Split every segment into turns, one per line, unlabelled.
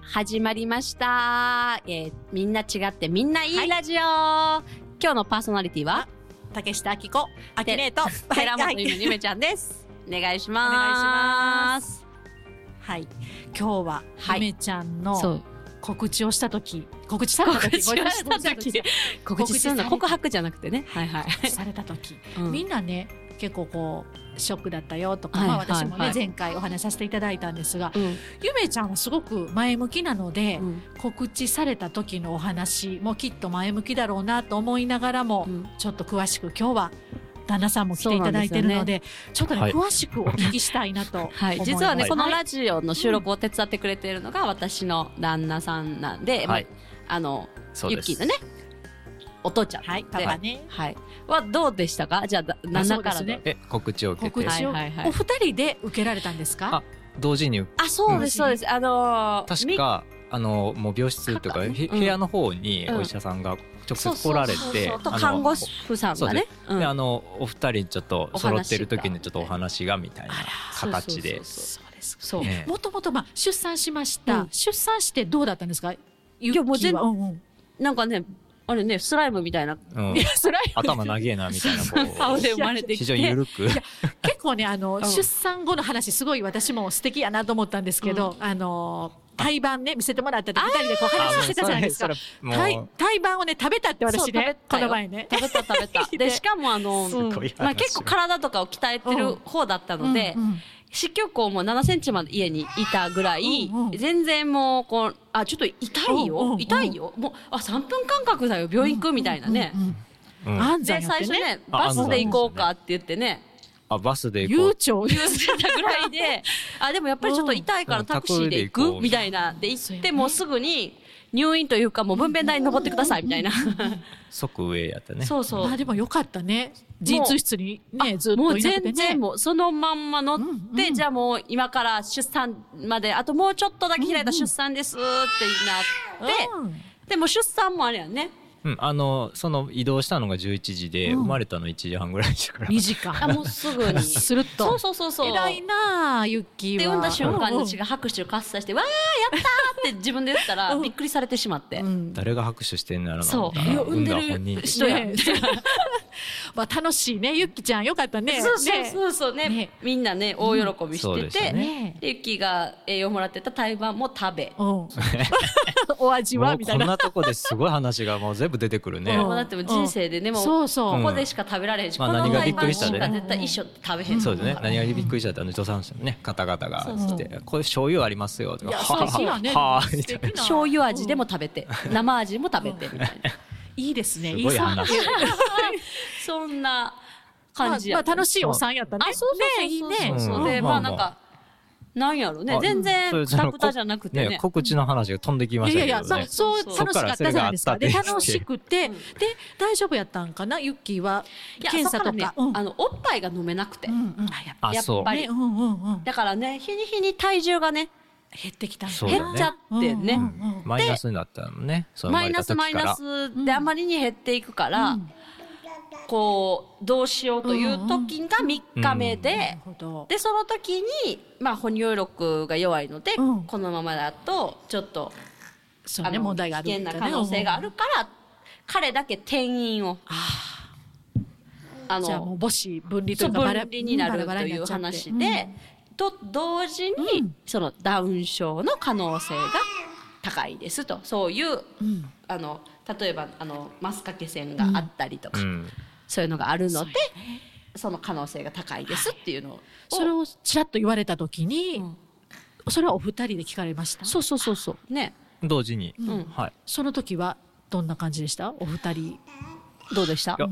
始まりました。えーみんな違ってみんない
はいい
ラジオ、今日のパーソナリティは、
竹下明子、アキネート、
寺
はい
本ゆめゆめちゃんです。お願いします。
お願いします。はい、今日は、
は
はいゆめちゃんの
そう。
告知をした時、告知された時、
告知をした時
ごめんなさい
告知するの
告知され
告白じゃなくてね。はいはい。
告知された時、
うん
みんなね、結構こう、ショックだったよとか、
はい
まあ私もね、
はいはい
前回お話しさせていただいたんですが、
うん
ゆめちゃんはすごく前向きなので、
うん
告知された時のお話もきっと前向きだろうなと思いながらも、
うん
ちょっと詳しく今日は旦那さんも来ていただいてるのでちょっとね、
はい
詳しくお聞きしたいなと思います。
はい、実はね、この
はい
ラジオの収録を手伝ってくれているのが私の旦那さんなんで、
はい
まあ、あの、
そう
ユ
で
ッ
す。
キーのね、お父ちゃん。
はい、パパね。
はい。は、どうでしたかじゃあ、だ旦
そ
那
う
か
で
ら
す
ね
ね。
え、告知を受け
告
て
は、い
知を、
はいはい
お二人で受けられたんですか
あ同時に、
あ、そうです、そうです。あのー、
確か、あの、もう病室という
肩
か、
ね
ひ
うん
部屋の方に
うん
お医者さんが直
そう
接
そう
来られ
そう
て
そう、と
あの
看護婦さんがね、う
で、
ん
あの、お二人ちょっと
お話
揃ってる時にちょっとお話がみたいな
あら
形
そ
で。
うそう
そうです
そうそうそう
ええ
もともと、まあ、出産しました、
うん
出産してどうだったんですかい
やもう全
うんうん、
なんかね、あれね、スライムみたいな、
うん
辛い
頭長えなみたいな、こ
顔
う
で生まれてきて。
非常 に緩く。
結構ねあの、
ん
出産後の話すごい私も素敵やなと思ったんですけど、あの胎盤ね見せてもらった時二人でこう話をしてたじゃないですか
あもうそれそれも
胎
う、
胎盤をね食べたって
そう
私
食べ
ね
た
こ
よ
の前ね
食べた食べ た。で、しかもあの、
すごい話
まあ結構体とかを鍛えてる方だったので
う、んうん
子宮口も7センチまで家にいたぐらい、
うんうん
全然もうこうあちょっと痛いよ、
うんうんうん
痛いよもうあ3分間隔だよ病院行くみたいなね、
うんうん
う
うんん安
で
産やっ
最
て
初
ね
ね
あ
バスで行こうかって言ってね
あ、バスで行こ
悠
う。
長
言ってたぐらい であでもやっぱりちょっと痛いから
うん
タクシーで行く
うん
みたいなで行
そう
っ
や
て
ね
もうすぐに入院というかもう分娩台に登ってくださいみたいな
即上やったね。
そうそう、
まあでもよかったね陣痛室にねずっ
も
と
う
いなくてね
全然もうそのまんま乗って、
うんうん
じゃあもう今から出産まであともうちょっとだけ開いた出産ですってなって、
うん
でも出産もあれやんね。
うん、あの、その移動したのが11時で、
うん
生まれたの1時半ぐらいだから。
2時
あ、
間
もうすぐ に。
するっ
そう
と
そうそうそう。
偉い
で、
なあユッキーは
産んだ瞬間に
うん
私が拍手を喝采して、わー、やったーって自分で言ったら、
うん
びっくりされてしまって
う。ん
誰が拍手してんならな
そう。
みたいな
産んで
産んだ
る
本人
人やん。
ね まあ楽しいねユッキーちゃんよかったね
そうそう
ね
そうそうね
ね。
みんなね、大喜び
そう
して
でした
て。
ね
ね
で、ゆきが栄養もらってた台湾も食べ。
うん お味
も
は
う
みた
こ
い
ん
な
なとこですごい話がもう全部出てくるね
うん
もうだってもう人生でね、もう
そうそう
ここでしか食べられへんし、
まあ
この
何
が
台
びっく
湾
り
し
したね
か絶対一生食べへん。
そうですね何がびっくりしちゃったあの助産師のね方々が来て
そう
「これ醤油ありますよ」と
い
か「
や
は
素敵やね
あはあ」みたいな
醤油味でも食べて、生味も食べて、みたいな。
いいですね
すごい
さ
話
そんな感じや
ま
っ
あま
た
あ、楽しいお産やったね
あ、そうそうそうそう。
ねいいね
そう
うん
で、ま
ま
あ
あ
な
まあ
んか、なんやろね。
あ
全然
それ
くたくたじゃなくて
ね
ね。
告知の話が飛んできま
い
し
や
た
い
け
や、
ど
まあ
ね
そう
そう
楽
そう
しかったじゃないですか。で
そっから
楽
それ
し
が
くて、
うん
で大丈夫やったんかな、ユッキーはい
や
検査とか。
だらね
うん
あの、おっぱいが飲めなくて
う。んうんあやっぱ
あ
やっ
そう
ぱ
りね、
り
う。んうんうん。
だからね、日に日に体重がね、
減ってきたんだ
そうだね
減っちゃって
う
ね
ん。
うんマイナスになったのねその生
マ
ま
イ
れ
ナ
た
ス
時
マイ
か
ナ
ら
スであまりに減っていくから、こう、どうしようという時が3日目で、
なるほど。
でその時に、まあ、哺乳力が弱いので、
うん
このままだとちょっと
そうね
の
問題がある
危
みたい
険な
ね。
可能性がある
うん。
から、彼だけ転院をあ
じゃあも
の
う母子分離と
そ
いううか
分
バラ
離になる
バ
と
ラバラ
い
にな
う
っちゃって
話で、と同時に、そのダウン症の可能性が高いですとそういう、あの例えばあのマスカケ線があったりとか、
うん
そういうのがあるのでその可能性が高いですっていうのを。
それをちらっと言われたときに、それはお二人で聞かれました。
そうそうそうそうね
同時に
ん
はい
その時はどんな感じでした？お二人。
どうでした
いや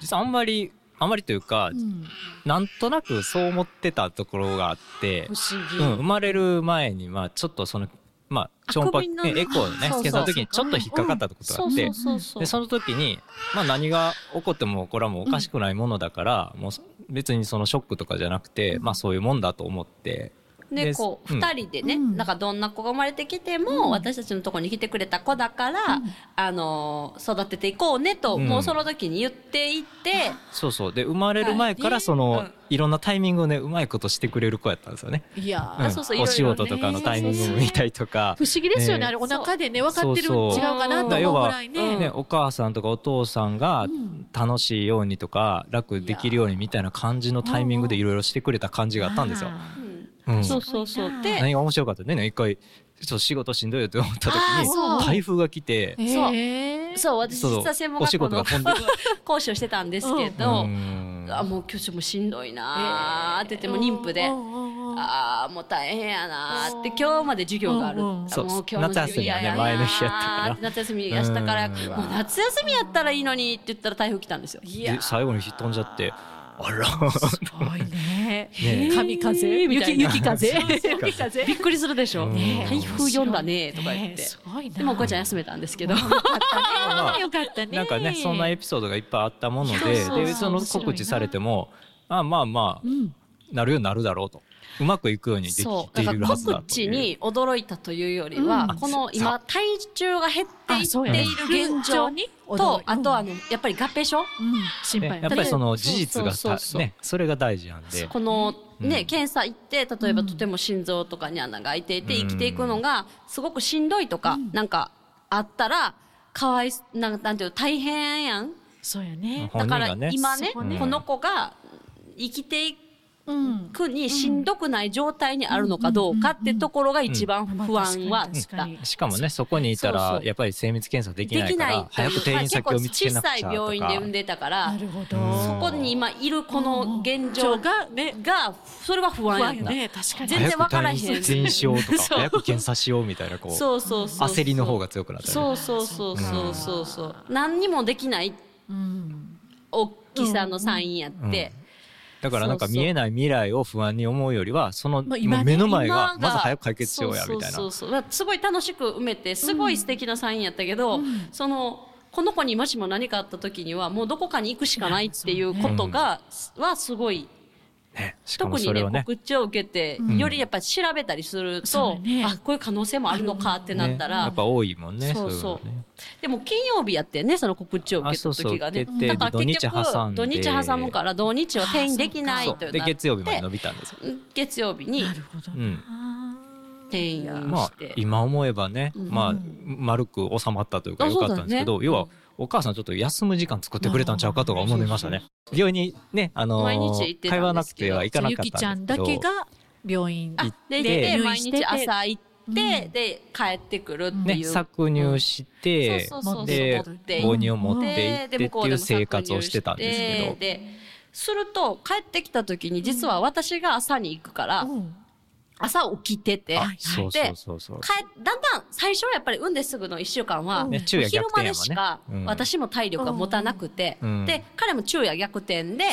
実はあんまりあんまりというか
うん
なんとなくそう思ってたところがあって
不思議。
うん、生まれる前に、まあ、ちょっとその、まあ、超音波、
あ首の
ね、エコーのね、
そうそう
検査の時にちょっと引っかかったことがあって、
そうそ
で、その時に、まあ、何が起こっても、これはもうおかしくないものだから、もう別にそのショックとかじゃなくて、まあ、そういうもんだと思って、
で
です
こう
うん
2人でね、
うん
なんかどんな子が生まれてきても、私たちのところに来てくれた子だから、あの育てていこうねと、
うん
もうその時に言っていって、
そうそうで生まれる前か
はい
らその、
うん
いろんなタイミングをねうまいことしてくれる子やったんですよね、
いや
うん
あそうそういろい
お
ろね
仕事とかのタイミングも見たりとか
不思議ですよね
ね
あれお
そう
腹でね分かってる
そう
違
そう
うかなと
要
思うぐ
は
らいね
ん
ね、お母さんとかお父さんが
ん
楽しいようにとか楽できるようにみたいな感じのタイミングでいろいろしてくれた感じがあったんですよ。
あ
うん
そうそうそうで
何が面白かったってね一回ちょっと仕事しんどいよって思った時
あー
そう
に台風が来て
ー
そう
へー
そう私実
そう
は専門
お仕
学校
事
の
が飛んで
講師をしてたんですけ
う
ど、
ん
あもう今日ちょっともうしんどいなーって言ってもう妊婦で。
うんうんうん
ああもう大変やなーって今日まで授業がある、
うんうん
あ
そう
もう今日の授業嫌やな
夏休みはね前の日やったから
ーって夏休み明日から
うん
もう夏休みやったらいいのにって言ったら台風来たんですよ。
いや
で最後に飛んじゃってあら
すごいね
ね
神風
みたいな
雪雪風 雪風
びっくりするでしょ、
うん
台風読んだねとか言って、
すごいな
でもお母ちゃん休めたんですけど、
あーよかったね
なんかねそんなエピソードがいっぱいあったもので
そうそう
でその告知されてもあまあまあ
うん
なるようになるだろうとうまくいくようにでき
そう
て
だ
い
か
る
ら
はずだ
告
とい
知
う
に驚いたというよりは、
うん
この今体重が減ってい
あそうやね
っている現状
に
とあとはあのやっぱり合併症
うん心
ね
配
やっぱりその事実が
そうそうそうそ
た
う
ねそれが大事なんで
このね、
うん
検査行って例え
う
ば
ん
とても心臓とかに穴が開いていて
うん
生きていくのがすごくしんどいとか、
うん
なんかあったらかわいすなんなんていうの大変やん
そうやね
本
だ
人
か
がね
ら今ね
そこね
この子が生きてい
うん
くにしんどくない状態にあるのかどうかってところが一番不安はあっ
確か
た。
に
しかもねそこにいた
そう
ら
そう
やっぱり精密検査でき
で
ない
き
か
ない
ら
とい
早
う
く店員
ま
先
あ
を見つけ
結構小
なく
さい
ちゃと
病院で産ん
か
でたから
なるほ
うん
そ
ど
こに今いるこの現状
情
が
がね
それは不
不
安や
安よ
った。
ね確かに
全然わからへん
早く退 院しようとか
そう
早く検査しようみたいなこう
そうそうそうそう
焦りの方が強くなったりね
そうそうそうそうそうそう何にもできない
うん
大きさのサインやって、
だからなんか
そうそう
見えない未来を不安に思うよりはその
ま
も
あ今ね
う目の前
今
がまず早く解決しようや
そ
みたいな
そうそうそうすごい楽しく埋めてすごい素敵なサインやったけど、そのこの子にもしも何かあった時にはもうどこかに行くしかないっていうことが、はすごい
ねしかも
特に
それ
ね
をね
告知を受けて、
ん
よりやっぱ調べたりする
そ
と、
うね
あこういう可能性もあるのかってな
ね
ったら、
やっぱ多いもんね
そ
そうう
そう
いうのね
でも金曜日やってねその告知を受け
あそ
た
うそう
時がね
出て
だから結
土日挟
局
ん
土
で
日挟むから土日は転院できないと
そう
いう
で
なって
月曜日まで伸びたんですよ
月曜日に
なるほど
うん
転院
まあ
して、
今思えばね、
ん
まあ丸く収まったというか
あ
良かったんですけ
そう
ど、
だね
要はお母さんちょっと休む時間作ってくれたんちゃうかとか思いましたね。病院にね、あのー
毎日行ってたんですけど
通わなくては行かな
ゆ
かっ
きち
た
ゃ
ん
ん
です
だ
けど。
けが病院
あで行っ
で
て毎
入院
日
してて
朝行ってで帰ってくるって
ね、
いう、
搾乳して、
そうそうそう
で
持って行って
母乳を持って
で
行
で
って
向
って
こう
い
でも搾
う
乳
生活をしてたんですけど、
ですると帰ってきた時に実は私が朝に行くから、
うん
朝起きてて、
あそう
で
そうそうそう。
帰だんだん最初はやっぱり産んですぐの1週間は、
うん
ね、昼夜
昼
逆
ま
転
で
や
しか
もんね。うん
私も体力が持たなくて、
うん
で彼も昼夜逆転で、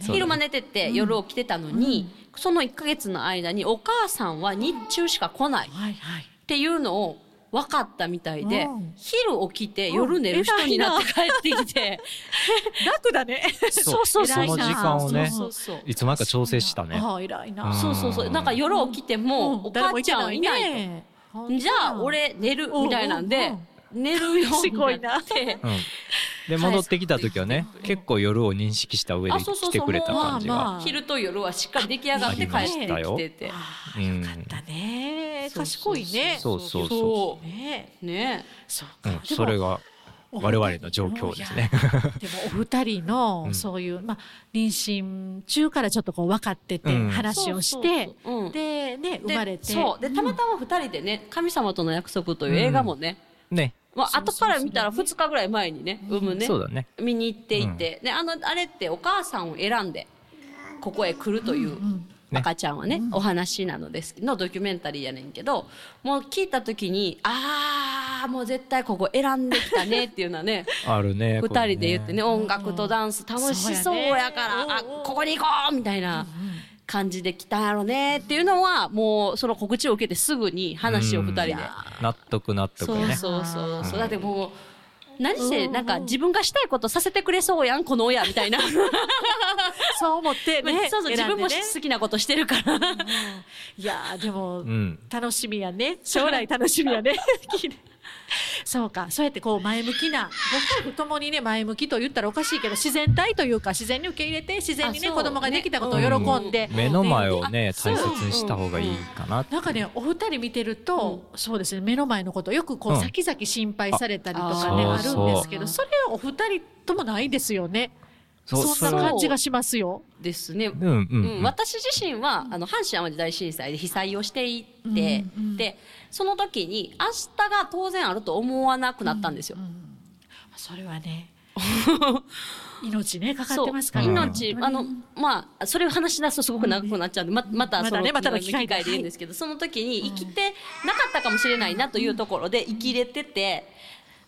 そう
昼間寝てて夜起きてたのに、その1ヶ月の間にお母さんは日中しか来ないっ
はいはい
ていうのを分かったみたいで、
うん
昼起きて夜寝る人になって帰ってきて、
楽だね
そう
そうそう
その時間をね
そうそうそう
いつまでか調整したね。
ああ偉いな
うん
そうそうそうなんか夜起きても、お母ちゃんいないと。じゃあ俺寝るみたいなんで、寝るようになって。
うん。で戻ってきた時はね、結構夜を認識した上で
あそうそうそう
来てくれた感じ
まあまあ
が。
昼と夜はしっかり出来上がって帰ってきてて。
う
よ
ん
かったね
そうそうそう
賢いね
そうそうそ
そ
ね
う。ね
そう
う。う
か
ん、それ
が
が我々の状況ですね。
でもお二人の
うん
そういう、まあ、妊娠中からちょっとこう分かってて
うん
話をして、
そうそうそううん
で、ね、生まれて
そう。で、たまたま二人でね、神様との約束という映画もね、
ね、
まあ、
そうそう
後
そう
から見たら2日ぐらい前にね、産むね
そ、うだね。
見に行っていて、で、あの、あれってお母さんを選んで、ここへ来るという赤ちゃんはね、お話なのです、のドキュメンタリーやねんけど、もう聞いた時に、あー、もう絶対ここ選んできたねっていうのは ね、
あるね。
二
これ
人で言ってね音楽とダンス楽しそうやから、
そうやね
あここに行こうみたいな感じで来たんやろねっていうのはもうその告知を受けてすぐに話を二人で、
納得納得
そう
ね。
そうそうそうだってもう何せ
うん
なんか自分がしたいことさせてくれそうやんこの親みた いな、
そう思っ てね
そうそう自
選んで
分も
ね
好きなことしてるから
いやーでも、
うん
楽しみやね将来楽しみやね 聞いてそうかそうやってこう前向きなご夫婦ともにね前向きと言ったらおかしいけど自然体というか自然に受け入れて自然にね
あそう
子供ができたことを
ね
喜んで、
う
目の前をね
あそう
大切にした方がいいかなって
なんかねお二人見てると、そうですね目の前のことよくこう、
うん
先々心配されたりとかねあ
あ
る
そうん
ですけどそ
そ
れはお二人ともないですよねそん
そ
な
う
感じがしますよ。
ですね
うんうん
う
うんん
私自身はあの阪神・淡路大震災で被災をしていて、
うんうん
でその時に明日が当然あると思わなくなったんですよ。
それはね命ねかかっ
そう
てますから、
うん
命、あの、まあ、それを話し出すとすごく長くなっちゃうんで、ま、また
ま
そ
だ
の、
ねまたの機会で。
で言うんですけど、その時に生きてなかったかもしれないなというところで生きれてて、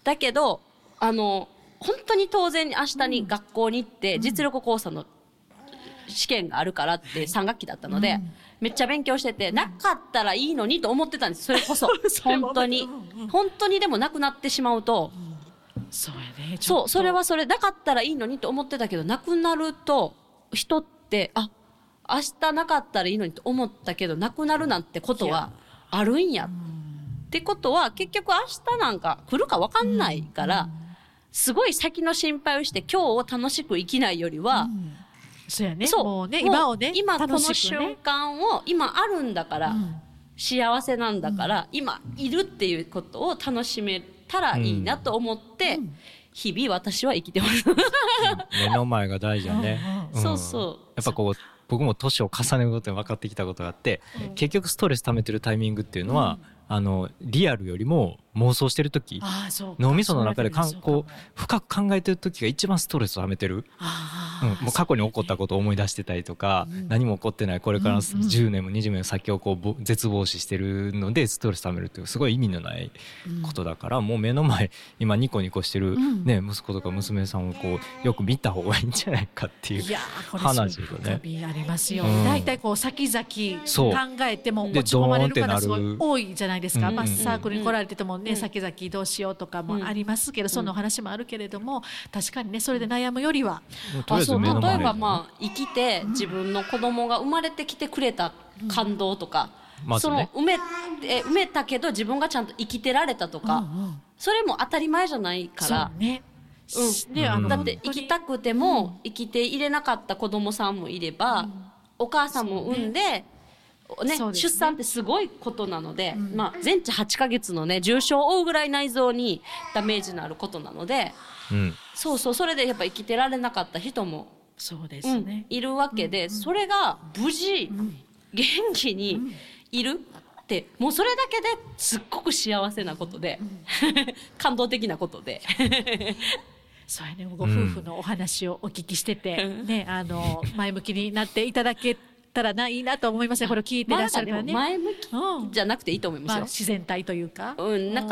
だけど、あの、本当に当然明日に学校に行って、実力講座の試験があるからって3学期だったので、めっちゃ勉強してて、なかったらいいのにと思ってたんです、それこそ
それも
本当に
うんうん。
本当にでもなくなってしまうと、
そうやねち
そ
ょっと
う、それはそれ、なかったらいいのにと思ってたけど、なくなると、人って、あ、明日なかったらいいのにと思ったけど、なくなるなんてことはあるんや。ってことは、結局明日なんか来るかわかんないから、すごい先の心配をして、今日を楽しく生きないよりは、
そうやね
そう
もうね
もう
今をね
今この
楽しくね
瞬間を、今あるんだから、
うん
幸せなんだから、今いるっていうことを楽しめたらいいなと思って、日々私は生きてます。
目の前が大事だね
うんそうそう
やっぱこう僕も年を重ねることに分かってきたことがあって結局ストレス溜めてるタイミングっていうのはあのリアルよりも妄想してる時
ああそうか
脳みその中でかん
そうや
こ
ね
う深く考えてる時が一番ストレスをはめてる、
あ
うん
あ、
もう過去に起こったことを思い出してたりとか、何も起こってないこれから10年も20年も先をこうぼ絶望視してるのでストレスためるっていうすごい意味のないことだから、もう目の前今ニコニコしてる、ね息子とか娘さんをこうよく見た方がいいんじゃないかっていう
いやーこれ
話
すごい
だね
興味ありますよ、
うん
だいたいこう先
そう
々考えても
で
落ち込まれる方すご
ドーン
い
ってなる
多いじゃないですか、
うん
まあ、
うん
サークルに来られてても
う
ね、
ん
先々どうしようとかもありますけど、そのお話もあるけれども確かにねそれで悩むよりは、
もうとりあ
あ
えず
そう
目
例
の前
え
で
ばまあ生きて自分の子供が生まれてきてくれた感動とか、
まず
その
ね
埋めえ埋めたけど自分がちゃんと生きてられたとか、それも当たり前じゃないか
そ
ら
うね,、
うん
ねあの
だって生きたくても生きていれなかった子供さんもいれば、お母さんも産んで、ね
そうですね
出産ってすごいことなので、まあ、全治8ヶ月のね重傷を負うぐらい内臓にダメージのあることなので
うん
そうそうそれでやっぱ生きてられなかった人も
そうで
う
す
ん
ね、、
いるわけで、それが無事、元気にいるってもうそれだけですっごく幸せなことで、 感動的なことで
そうやね、ご夫婦のお話をお聞きしてて、ね、あの、前向きになっていただけたらな、いいなと思いますね。これを聞いて
ま
らっ
あ
しゃ
なんか
る
で
か
も
ら
前
ね。
向き
うん
じゃなくていいと思い
まあ、
ますよ。
自然体というか。
うんなん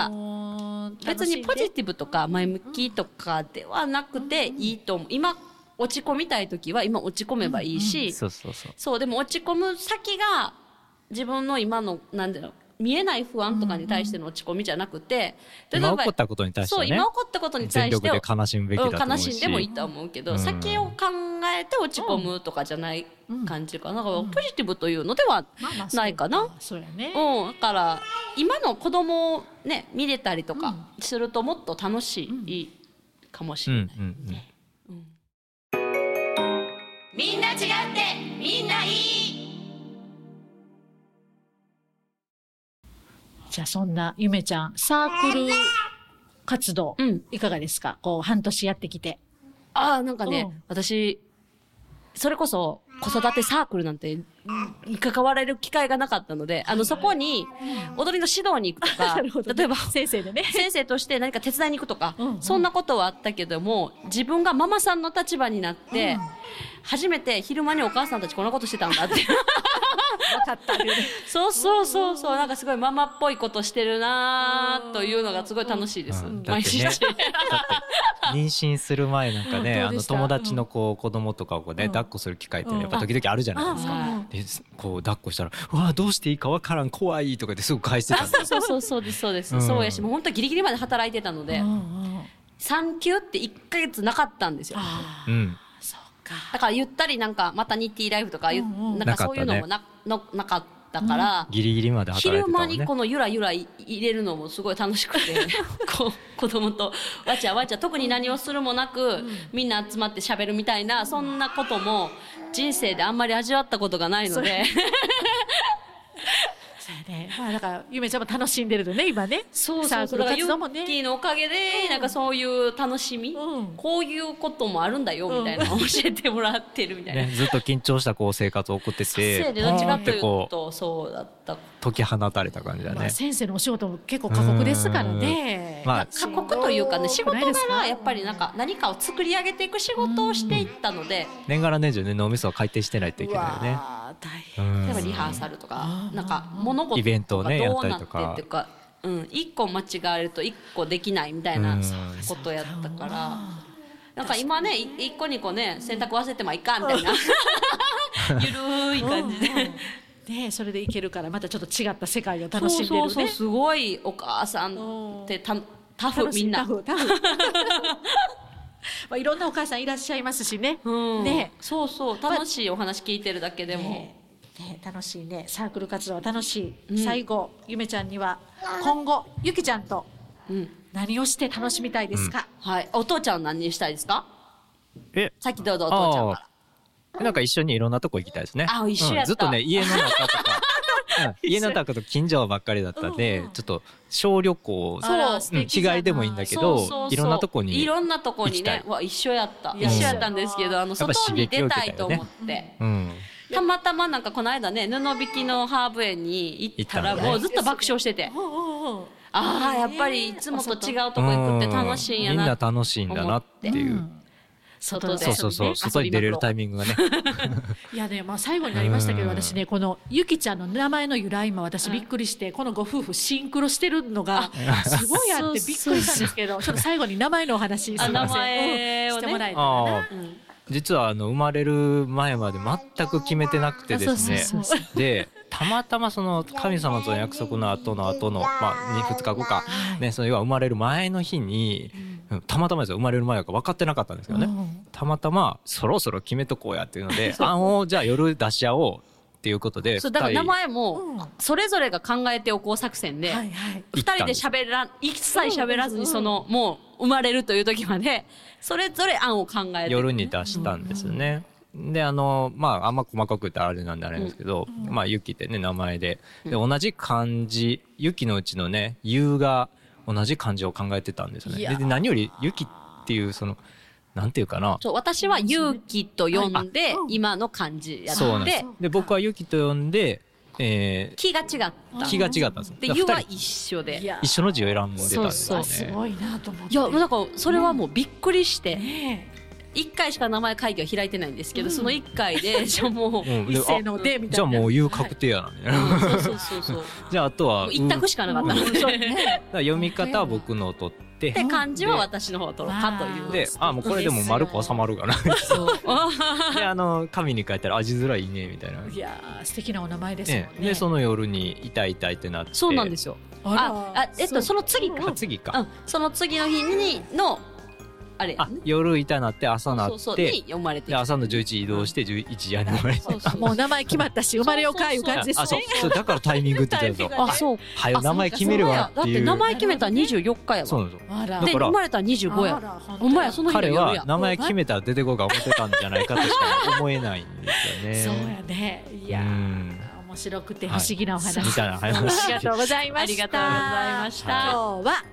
か
か、
別にポジ
テ
ティブとか前向きとかではなくていいと思う。今落ち込みたい時は今落ち込めばいいし、
そうそうそう
そうでも落ち込む先が自分の今のなんだろう見えない不安とかに対しての落ち込みじゃなくて、例え
今
ば
起こったことに対してはね
そう今起こったことに対して
全力で悲しむべきだと思うし
ん悲しんでもいいと思うけど、
うん
先を考えて落ち込むとかじゃない感じかな、だからポジティブというのではないかな、
そうやね。
うん、だから今の子供をね見れたりとかするともっと楽しいかもし
うん
れ
う
ない。
んうん
みんな違ってみんないい
じゃあ、そんなゆめちゃん、サークル活動
うん、
いかがですかこう、半年やってきて。
ああ、なんかね、
うん
私、それこそ子育てサークルなんて、関われる機会がなかったので、あの、そこに、踊りの指導に行くと か、例えば、
先生でね。
先生として何か手伝いに行くとか、
うんうん
そんなことはあったけども、自分がママさんの立場になって、初めて昼間にお母さんたちこんなことしてたんだって。
分かった。
そうそうそうそう、なんかすごいママっぽいことしてるなーというのがすごい楽しいです。
うんだっ
毎
て
日。
ね妊娠する前なんか
ど
ね
う
あ
で
の
した
友達のこう子供とかをこうね、抱っこする機会ってやっぱ時々あるじゃないですか。
あ
ですこう抱っこしたら「うわどうしていいかわからん怖い」と か言ってすぐ返してたんです
そうそうそうですそうです、
うん
そうやしもう本当ギリギリまで働いてたので、
うんうん
産休って1ヶ月なかったんですよ。
あ
う
あ、
ん
そうか。
だからゆったりなんかマタニティライフとかゆ、
うんうん
なんかそういうのもなのなかったから、
ギリギリまで働いて
昼
たも
間
んね
にこのゆらゆら入れるのもすごい楽しくてこう子供とわちゃわちゃ特に何をするもなく、みんな集まってしゃべるみたいなそんなことも人生であんまり味わったことがないので
そうやね。まあだからゆめちゃんも楽しんでるのね今ね。
そう
サ
そうそう
ークル
だからユ
活動もね
ッキーのおかげで、なんかそういう楽しみ、
うん
こういうこともあるんだよみたいなのを教えてもらってるみたいな。
ね、ずっと緊張したこう生活を送ってて
せいでどっち
パ
か
ーンっ
とい
て
う
こと
そうだった
う解き放たれた感じだ
まあ
ね。
先生のお仕事も結構過酷ですからね。
うんまあ
過酷というかね仕事
ないです
ならやっぱりなんか何かを作り上げていく仕事をしていったので、
年がら年中ね脳みそを回転してないといけないよね。
あ大
う
変。
ん
例えばリハーサルとか、なんか物事
イベントを
が
ね
どうな
や
っ
ってた
っ
りとか
ていうか、うん、一個間違えると一個できないみたいな
うん
ことやったから、なんか今ねい一個二個ね洗濯忘れてもいいかんみたいな、 ゆるい感じで。
うん うんねそれでいけるからまたちょっと違った世界を楽しんで
そうそう
る
そう
ね。
すごいお母さんってたタフ
楽し
みんな
タ。フタ フまあいろんなお母さんいらっしゃいますしね。
うん、
ね
そうそう楽しいお話聞いてるだけでも、
ねね楽しいねサークル活動は楽しい、最後ゆめちゃんには今後ゆきちゃんと
うん、
何をして楽しみたいですか、
はい。お父ちゃん何にしたいですか
え
さっきどうぞお父ちゃんから。
なんか一緒にいろんなとこ行きたいですね。
あ一緒やった
うんずっとね、家 の中とか、うん家の中と近所ばっかりだったんで、ちょっと小旅行、
あら
うん
素敵
日
じゃない
帰りでもいいんだけど、
そうそうそう
いろんなとこに。
いろんなとこ
行
に
きた
ね
い
わ一緒やった
い
一
や
緒やったんですけどあの
やっぱ
外に
刺激を
出
受け
た
たよね
いと思って
うん。
たまたまなんかこの間ね布引きのハーブ園に行ったら
行ったのね
もうずっと爆笑してて
おうおうおう
ああやっぱりいつもと違うとこ行くって楽しいんや
うんみんな
な
楽しいんだなっていう。
外で
そうそうそう、外に出れるタイミングが ね。
いやね、まあ、最後になりましたけど、
うん
私ね、このゆきちゃんの名前の由来、今私びっくりして、このご夫婦シンクロしてるのが。すごいあってびっくりしたんですけど、ちょっと最後に名前のお話、す
あ
みません。
名前をね
うんしてもらえたらな。
ああ、実はあの生まれる前まで全く決めてなくてですね。
あそうそうそ
でたまたまその神様との約束の後の後の、まあ、2, 日後か、ね、その要は生まれる前の日に、うんたまたまですよ生まれる前だから分かってなかったんですけどね、
うん
たまたまそろそろ決めとこうやっていう ので案をじゃあ夜出し合おうっていうことで
そうだから
二
名
人
前
うん
もそれぞれが考えておこう作戦で
はいはい。
二人で喋らん一切喋らずにそのもう生まれるという時までそれぞれ案を考えて
夜に出したんですよね。であのまああんま細かく言ったらあれなんであれなんですけど、まあ「ゆき」ってね名前でで同じ漢字「ゆき」のうちのね「ゆ」が同じ漢字を考えてたんですよね。でで何より「ゆき」っていうそのなんていうかな
そう私は勇気と呼んで今の漢字やっ
そうなんです
て
で僕は「ゆき」と呼んで、え
気が違った
ー、気が違ったんです
で
だ
湯
から
は
二人
一緒で
いや、
一緒の字を選んでたんですよね。
そう
すごいなと思って。
いやだからそれはもうびっくりして
ね
1回しか名前会議を開いてないんですけどその1回 でじゃあもう
うん
え、
で
一斉のでみたいな。
じゃあもう「ゆ」確定やなみたいな。
そうそうそうそうも
じゃああとは
う一択しかなかったので
だから読み方は僕のを取って
で漢字は私の方を取ろうかという
で、あ、もうこれでも丸く収まるかな。 で、あの、紙に書いたら、味づらいね、みたいな。
いやー、素敵なお名前ですもん
ね
ね。、
で、その夜に、痛い痛いってなって。。
そうなんですすよ
あら
ああえっとその次か
あ、次
う
か。
ん、その次の日にのあれや
あ
ね、
夜痛なって、朝な
そう
っ
そうに
て。
読まれてき
で、
た
朝の11時移動して、11時やに生まれて。
そうそう
もう名前決まったし、生まれようかいう感じです
あ、そう
ね。、
そう、だからタイミングって言ってた
あ
あ
ぞ。
そう
はよ、名前決めるわ
だ
っ
ってて
いう
名。前決めたら24日や
そう
わ
なんですよ。
あら
で
だから
生まれたら25
あ
や
ら本当
お前やその日の
彼
夜
は
や
名前決めたら出てこうか思ってたんじゃないかとしか思えないん です
そ
よ
う
ね。
やね。いや
うん
ー、面白くて不思議なお話。
はいみたいな話
ありがとうございました。
ありがとうございました
今日は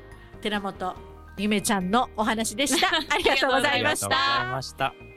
寺本ゆめちゃんのお話でした。ありがとうございまし
ありがとうござ
た
い。ました。